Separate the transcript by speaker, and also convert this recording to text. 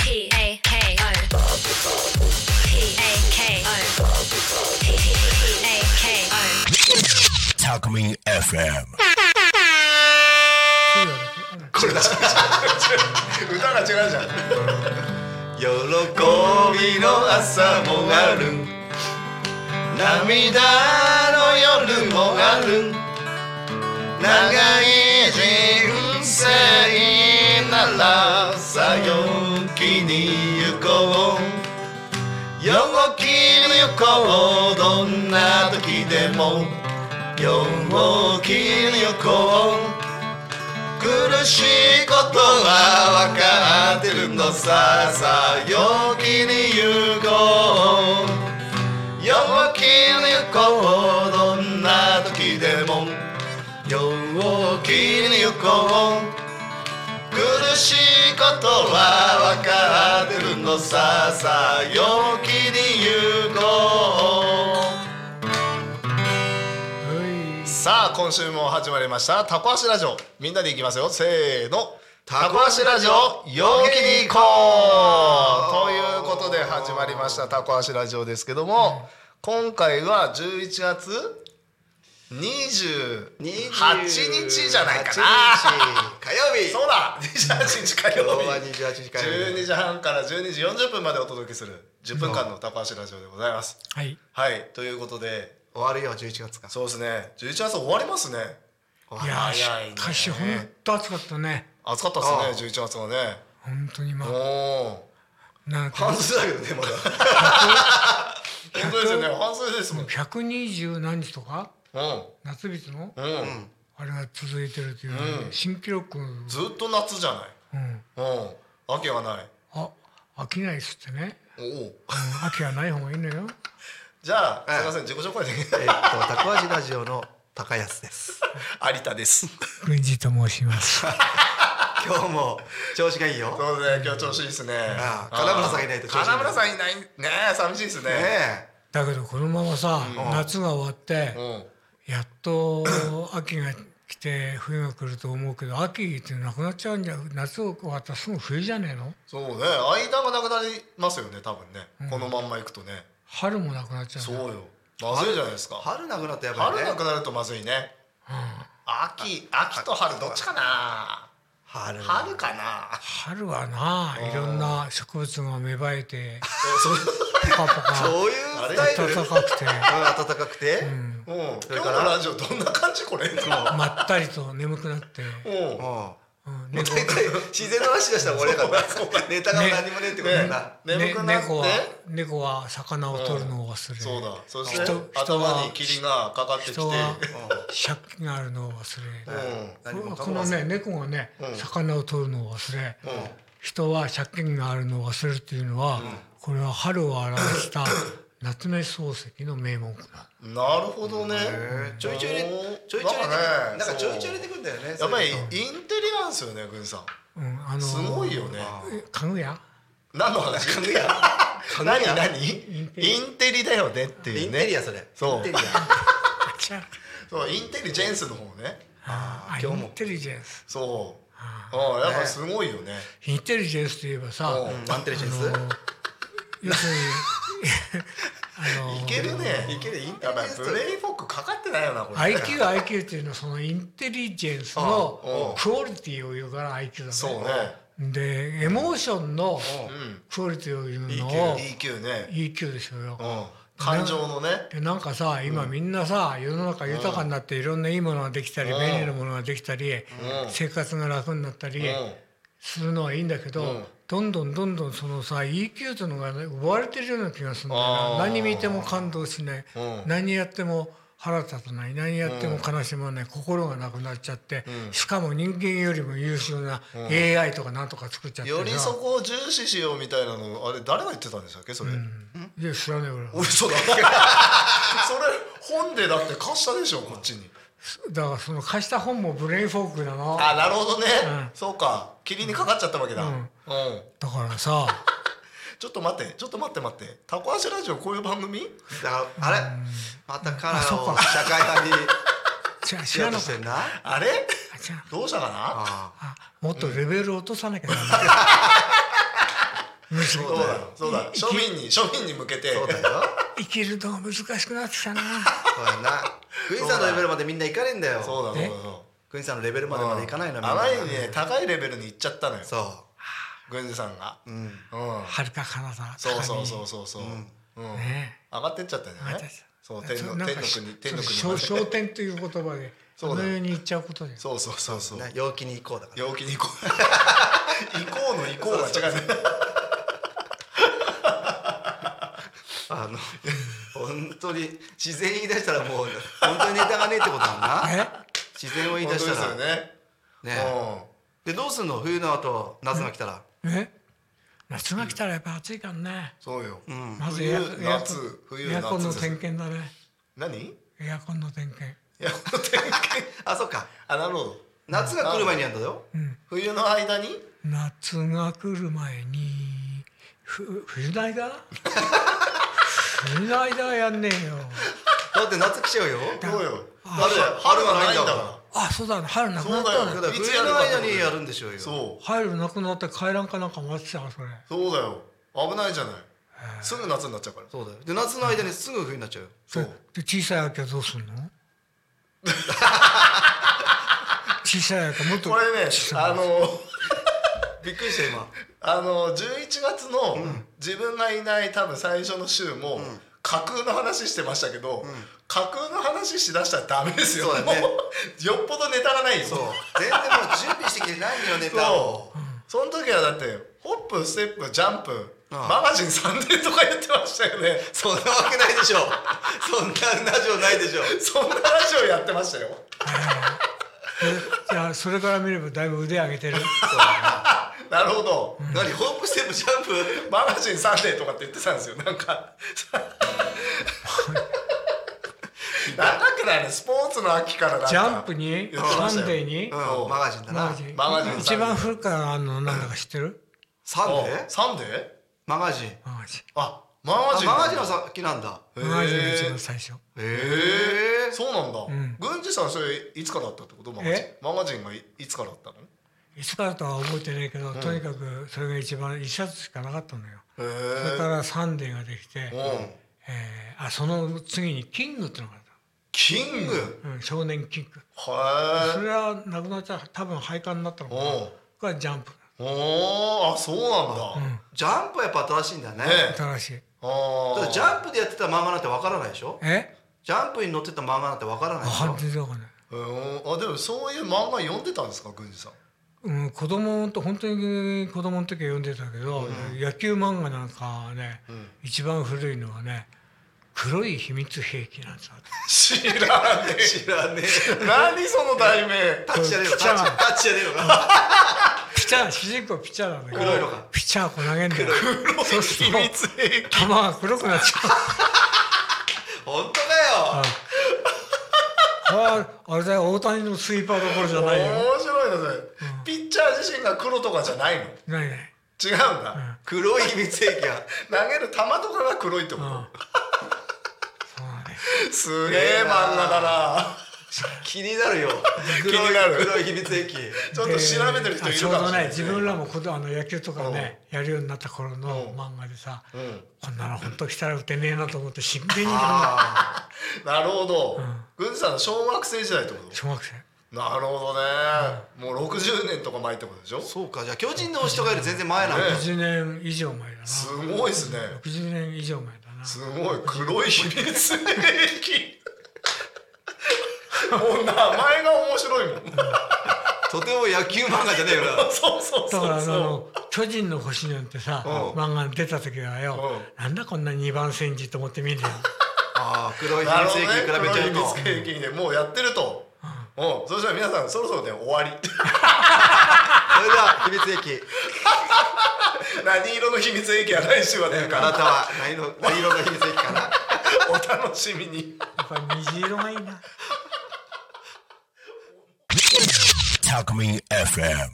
Speaker 1: P A K O. P A K O. P A K O.
Speaker 2: Talk Me FM
Speaker 3: これだし歌が違うじゃん喜びの朝もある涙の夜もある長い人生ならさよきに行こう陽気に行こうどんな時でも陽気に行こう苦しいことは分かってるのささ陽気に行こう陽気に行こうどんな時でも陽気に行こう苦しいことは分かってるのささ陽気に行こうさあ今週も始まりましたタコ足ラジオみんなで行きますよせーのタコ足ラジオ陽気に行こうということで始まりましたタコ足ラジオですけども今回は11月28日じゃないかな
Speaker 4: 火曜日
Speaker 3: そうだ28日火曜
Speaker 4: 今日は
Speaker 3: 日
Speaker 4: 28時間
Speaker 3: 12時半から12時40分までお届けする10分間のタコ足ラジオでございます
Speaker 5: はい。
Speaker 3: はいということで
Speaker 4: 終わるよ11月か
Speaker 3: そうですね11月終わりますね
Speaker 5: いやー、し
Speaker 3: 早いね
Speaker 5: かし本当暑かったね。
Speaker 3: 暑かった
Speaker 4: ああ
Speaker 3: ですね11月はね
Speaker 5: 本当にま
Speaker 3: お
Speaker 5: あ、
Speaker 3: お
Speaker 5: なんか
Speaker 3: 半数だけどねまだ本当ですよね半数ですもん
Speaker 5: 百二十何日とか
Speaker 3: う
Speaker 5: 夏日の
Speaker 3: んうん、
Speaker 5: あれが続いてるというね、
Speaker 3: うん
Speaker 5: 新記録。う
Speaker 3: ずっと夏じゃない
Speaker 5: ん。
Speaker 3: うん秋がない
Speaker 5: あ、飽きないっすって ね。
Speaker 3: おお
Speaker 5: 飽きはない方がいいのよ。
Speaker 3: じゃあ
Speaker 4: ええ
Speaker 3: すいません自己紹介で
Speaker 4: えっとタコ味ラジオの高 安です
Speaker 3: 有田です
Speaker 5: 軍事と申し ます。
Speaker 4: 今日も調子がいいよ
Speaker 3: そうですね今日調子いいですね
Speaker 4: ああ金村さんいないと調子いい
Speaker 3: 金村さんいないねえ寂しいですね
Speaker 4: ねえ
Speaker 5: だけどこのままさ、夏が終わって、
Speaker 3: うん
Speaker 5: やっと秋が来て冬が来ると思うけど、秋ってなくなっちゃうんじゃ、夏を終わったらすぐ冬じゃねえの？
Speaker 3: そうね間がなくなりますよね多分ね、このまんまいくとね
Speaker 5: 春もなくなっちゃうんだ
Speaker 3: そうよまずいじゃないですか
Speaker 4: 春なくなったやばい
Speaker 3: 春
Speaker 4: ね
Speaker 3: なくなるとまずいね。秋、秋と春どっちかな。
Speaker 4: 春
Speaker 3: 春かな。
Speaker 5: 春はないろんな植物が芽生えて
Speaker 3: そう
Speaker 5: ポカポカ
Speaker 4: そういうスタイル
Speaker 5: 暖かく
Speaker 4: う
Speaker 5: て
Speaker 4: ん暖かくて
Speaker 3: うん、
Speaker 4: それ
Speaker 3: 今
Speaker 4: か
Speaker 3: 日
Speaker 4: ら
Speaker 3: のラジオどんな感じこれ。
Speaker 5: まったりと眠くなって、
Speaker 3: うん。
Speaker 4: も
Speaker 5: うん、
Speaker 4: う
Speaker 5: 猫
Speaker 4: 大体自然の話出したら俺だからネタが
Speaker 5: ね
Speaker 4: 何もねえってことだな
Speaker 3: 眠く
Speaker 5: ね
Speaker 3: なって。
Speaker 5: 猫は猫は魚を取るのを忘れ、
Speaker 3: そうだ。そして
Speaker 5: 人人は
Speaker 3: 頭に霧がかかってきて。う
Speaker 5: 人
Speaker 3: ん。
Speaker 5: は借金があるのを忘れ、
Speaker 4: 何もか
Speaker 5: こ
Speaker 4: も
Speaker 5: の
Speaker 4: 忘れ
Speaker 5: ね猫がね、魚を取るのを忘れ、人は借金があるのを忘れるというのは、これは春を表した夏目漱石の名文句だ。
Speaker 3: なるほどね。
Speaker 4: ちょいちょい入れちょいちょい入
Speaker 3: な
Speaker 4: れて
Speaker 3: んかね
Speaker 4: なんかちょいちょい入れてくんだよね
Speaker 3: やっぱりイン
Speaker 4: そういうの
Speaker 3: テリなんですよね、軍さん。
Speaker 5: うん、あの
Speaker 3: すごいよね。
Speaker 5: かぐや
Speaker 3: 何の話？何何？インテリだよねっていうね。
Speaker 4: インテリアそれ
Speaker 3: そう
Speaker 4: インテリア
Speaker 5: あちゃ
Speaker 3: そうインテリジェンスの方ね。
Speaker 5: あイ
Speaker 4: 今日も
Speaker 5: ンテリジェンス
Speaker 3: そう。ああ、やっぱすごいよね。
Speaker 5: インテリジェンスといえばさ、
Speaker 3: うん
Speaker 4: うんインテリジェンス
Speaker 5: あの要するに あの
Speaker 3: いけるね。いけるインテリジェンス。ブレインフォックかかってないよなこれ。
Speaker 5: IQ、IQ っていうのはそのインテリジェンス
Speaker 3: うんう
Speaker 5: の
Speaker 3: ん
Speaker 5: クオリティを言うから IQ だね。
Speaker 3: そうね。
Speaker 5: でエモーションの
Speaker 3: うん。
Speaker 5: クオリティを言うのを
Speaker 3: EQ ね。
Speaker 5: EQ でしょうよ
Speaker 3: う。ん。感情のね。
Speaker 5: でなんかさ今みんなさ世の中豊かになっていろんないいものができたり
Speaker 3: うん
Speaker 5: 便利なものができたり
Speaker 3: ん
Speaker 5: 生活が楽になった
Speaker 3: う
Speaker 5: り
Speaker 3: ん。
Speaker 5: するのはいいんだけど、
Speaker 3: うん
Speaker 5: どんどんどんどんそのさ EQ というのがね奪われてるような気がするんだよ
Speaker 3: あー
Speaker 5: な何見ても感動しない、
Speaker 3: うん
Speaker 5: 何やっても腹立たない何やっても悲しまない、心がなくなっちゃって、しかも人間よりも優秀な AI とかなんとか作っちゃって
Speaker 3: よりそ
Speaker 5: さ、
Speaker 3: こを重視しようみたいなのあれ誰が言ってたんでしたっけそれ。
Speaker 5: いや知らねえ俺は
Speaker 3: 俺そうだ。それ本でだって貸したでしょこっちに。
Speaker 5: だからその貸した本もブレインフォークだな
Speaker 3: あ、なるほどね
Speaker 5: うん。
Speaker 3: そうか。霧にかかっちゃったわけだ。う
Speaker 5: うんん。だからさ
Speaker 3: ちょっと待って、ちょっと待って待って。タコ足ラジオこういう番組？
Speaker 4: だからあれまたカラーを
Speaker 5: あそ
Speaker 4: 社会派に
Speaker 5: じゃあ
Speaker 4: し
Speaker 5: 知
Speaker 4: よう
Speaker 5: ら
Speaker 4: と
Speaker 5: な
Speaker 4: し
Speaker 5: かって
Speaker 4: んな
Speaker 3: あれ？
Speaker 5: たじゃあ
Speaker 3: どうしたかな？
Speaker 4: あ
Speaker 5: あもっとレベル落とさなきゃダメだむし
Speaker 3: そう
Speaker 5: ろ
Speaker 3: だよそうだよ庶民に庶民に向けて
Speaker 4: そうだよ
Speaker 5: 生きるのが難しくなってきたな
Speaker 4: そうやなクイーンさんのレベルまでみんな行かねえんだよ
Speaker 3: そうだそうだ
Speaker 5: え
Speaker 3: そう
Speaker 4: クイーンさんのレベルまでまで行かないの
Speaker 3: あまりに
Speaker 4: みんな
Speaker 3: ね高いレベルに行っちゃったのよ
Speaker 4: そ
Speaker 3: 郡司さんが
Speaker 4: ううん
Speaker 3: うん
Speaker 5: はるか彼方
Speaker 3: そうそうそうそうそううん
Speaker 5: ね
Speaker 3: 上がってっちゃったんじゃ
Speaker 5: え
Speaker 3: な
Speaker 5: あ
Speaker 3: い
Speaker 5: たた
Speaker 3: そう天の
Speaker 5: なん
Speaker 3: 天
Speaker 5: か
Speaker 3: の国天の
Speaker 5: ちょ
Speaker 3: 国まで
Speaker 5: っと昇昇天という言葉であ
Speaker 3: そうだよ
Speaker 5: の世に行っちゃうことで
Speaker 3: そうそうそうそう
Speaker 4: ね陽気に行こうだから
Speaker 3: 陽気に行こう行こうの行こうが違うね
Speaker 4: あの本当に自然言い出したらもう 本当にネタがねえってことだな
Speaker 5: え
Speaker 4: 自然を言い
Speaker 3: 本
Speaker 4: 出
Speaker 3: 当で
Speaker 4: した
Speaker 3: すよ
Speaker 4: らね
Speaker 3: ねうん
Speaker 4: でどうすんの冬の後夏が来たら
Speaker 5: え夏が来たらやっぱ暑いからね
Speaker 3: そうよ
Speaker 4: うん
Speaker 5: まず
Speaker 3: 冬
Speaker 5: エアエアコン
Speaker 3: 夏冬
Speaker 5: エアコンの
Speaker 3: 夏です
Speaker 5: 点検だね
Speaker 3: 何
Speaker 5: エアコンの点検
Speaker 3: いやこの点検
Speaker 4: あそっか
Speaker 3: あなるほど
Speaker 4: 夏が来る前にやんだよ
Speaker 3: 冬の間に
Speaker 5: 夏が来る前にふ冬の間冬の間はやんねえよ
Speaker 4: だって夏来ちゃうよ
Speaker 3: そうよ
Speaker 5: あ
Speaker 3: だって春がないんだか
Speaker 5: あそうだ春なく
Speaker 3: そ
Speaker 5: なっ
Speaker 3: う
Speaker 5: た
Speaker 3: だよ
Speaker 5: ね
Speaker 4: だから
Speaker 3: いつ
Speaker 4: 冬
Speaker 3: やる
Speaker 4: の
Speaker 3: かと思
Speaker 4: 間
Speaker 3: う
Speaker 4: にやるんでしょうよ
Speaker 3: らそう
Speaker 5: 春なくなって帰らんかなんか待ってたわそれ
Speaker 3: そうだよ危ないじゃないすぐ夏になっちゃうから
Speaker 4: そうだよで夏の間にすぐ冬になっちゃうよ
Speaker 3: そう
Speaker 5: で小さい秋はどうす んの小さい秋はもっと
Speaker 3: これねあの
Speaker 4: びっくりした今
Speaker 3: あの11月の自分がいない多分最初の週も架空の話してましたけど架空の話しだしたらダメですよ
Speaker 4: そうだね
Speaker 3: もうよっぽどネタがないよ
Speaker 4: そう全然もう準備してきてないよネタを
Speaker 3: そうその時はだってホップステップジャンプ
Speaker 4: ああ
Speaker 3: マガジン3年とかやってましたよね
Speaker 4: そんなわけないでしょそんなラジオないでしょ
Speaker 3: そんなラジオやってましたよ
Speaker 5: じゃあそれから見ればだいぶ腕上げてる
Speaker 3: なるほど
Speaker 4: 何ホープステップジャンプ
Speaker 3: マガジン3年とかって言ってたんですよ なんか長くないねスポーツの秋からなんか
Speaker 5: ジャンプに
Speaker 3: 言ってました
Speaker 5: サ
Speaker 3: よ
Speaker 5: ンデーに
Speaker 3: そう
Speaker 4: うんマガジンだ
Speaker 5: マ
Speaker 4: な
Speaker 5: ガジン
Speaker 3: マガジン
Speaker 5: 一番古くからあんのなんだか知ってる
Speaker 4: サンデ
Speaker 3: え
Speaker 4: ー
Speaker 3: サンデー
Speaker 4: マガジン
Speaker 5: マガジン
Speaker 3: あマガ
Speaker 4: あ
Speaker 3: ジン
Speaker 4: マガジンの先なんだ
Speaker 3: へ
Speaker 5: マガジンが一
Speaker 3: え
Speaker 5: 番最初
Speaker 4: へえ
Speaker 3: そうなんだ、
Speaker 5: ん
Speaker 3: 郡司さんそれいつからだったってことマガジン
Speaker 5: え
Speaker 3: マガジンがいいつからだったの
Speaker 5: いつからとは覚えてないけど、とにかくそれが一番一冊しかなかったのよ、
Speaker 3: へ
Speaker 5: それからサンデーができて、
Speaker 3: うん、
Speaker 5: えーあその次にキングってのがあっ
Speaker 3: キング
Speaker 5: た、うん、少年キングそ
Speaker 3: は
Speaker 5: れはなくなっちゃ多分廃刊になったの
Speaker 3: い
Speaker 5: かなこ
Speaker 3: お
Speaker 5: れはジャンプ
Speaker 3: おおーあそうなんだ、
Speaker 4: ジャンプはやっぱ新しいんだね
Speaker 3: ねえ
Speaker 5: 新しい
Speaker 3: あ
Speaker 4: だっ
Speaker 3: ー
Speaker 4: てジャンプでやってた漫画なんてわからないでしょ
Speaker 5: え
Speaker 4: ジャンプに載ってた漫画なんてわからないでし
Speaker 5: あ
Speaker 4: ょ
Speaker 5: 全然わかんない、
Speaker 3: うんあでもそういう漫画読んでたんですか郡司さん
Speaker 5: うん、子供と本当に子供の時は読んでたけど、野球漫画なんかはね、一番古いのはね「黒い秘密兵器」なんですよ
Speaker 3: 知らね
Speaker 4: 知らねえ
Speaker 3: え何その題名
Speaker 4: タッチじゃねえの
Speaker 5: ピッ
Speaker 4: タ
Speaker 5: チャー
Speaker 4: ッチタッチじゃねえのか
Speaker 5: ピッチャー主人公ピッチャーなんだけど
Speaker 4: 黒いのか
Speaker 5: ピッチャーこう投げんだよそうする
Speaker 3: 秘
Speaker 5: と
Speaker 3: 密兵器
Speaker 5: 球が黒くなっちゃう
Speaker 4: 本当だよ
Speaker 5: あああれだよ大谷のスイーパーどころじゃ
Speaker 3: 面
Speaker 5: ないよ
Speaker 3: 白いなそれ、ピッチャー自身が黒とかじゃないの違うん
Speaker 5: ないね
Speaker 3: だ、
Speaker 4: 黒い秘密兵器が
Speaker 3: 投げる球とかが黒いってこ
Speaker 5: うん
Speaker 3: と、
Speaker 5: そうなんだよ
Speaker 3: すげえ漫画だな
Speaker 4: 気になるよ
Speaker 3: 気になる
Speaker 4: 黒い黒い秘密兵器
Speaker 3: ちょっと調べてる人いるかもしれな
Speaker 5: あ
Speaker 3: い
Speaker 5: ちょうどね自分らもこのあの野球とかねやるようになった頃の漫画でさ、
Speaker 3: ん
Speaker 5: こんなの本当来たら打てねえなと思って真剣に
Speaker 3: なるほど郡司さんの小学生時代ってこ
Speaker 5: 小学生
Speaker 3: となるほどね、もう60年とか前ってことでしょす
Speaker 4: そうかじゃあ巨人の推しとかより全然前なんだ
Speaker 3: ね
Speaker 5: 60年以上前だな
Speaker 3: ごいですね
Speaker 5: 60年以上前だな
Speaker 3: すごい黒い秘密兵器もう名前が面白いもん
Speaker 4: とても野球漫画じゃねえよな
Speaker 3: そうそう
Speaker 5: だか
Speaker 3: そ
Speaker 5: ら
Speaker 3: う
Speaker 5: あ
Speaker 3: そ
Speaker 5: の「巨人の星」なんてさ漫画に出た時はよなんだこんな二番煎じと思って見るよ
Speaker 4: ああ黒
Speaker 3: う
Speaker 4: い秘
Speaker 3: なる
Speaker 4: 密
Speaker 3: ほど
Speaker 4: 兵
Speaker 3: ね
Speaker 4: 器に比べちゃうと
Speaker 3: 黒い秘密兵器でもうやってるとうん、そしたら皆さんそろそろで終わり
Speaker 4: それでは秘密兵器
Speaker 3: 何色の秘密兵器は来週は出るか
Speaker 4: あな
Speaker 3: ら
Speaker 4: たは何の何色の秘密兵器かな
Speaker 3: お楽しみに
Speaker 5: やっぱり虹色がいいな。
Speaker 2: Talk Me FM.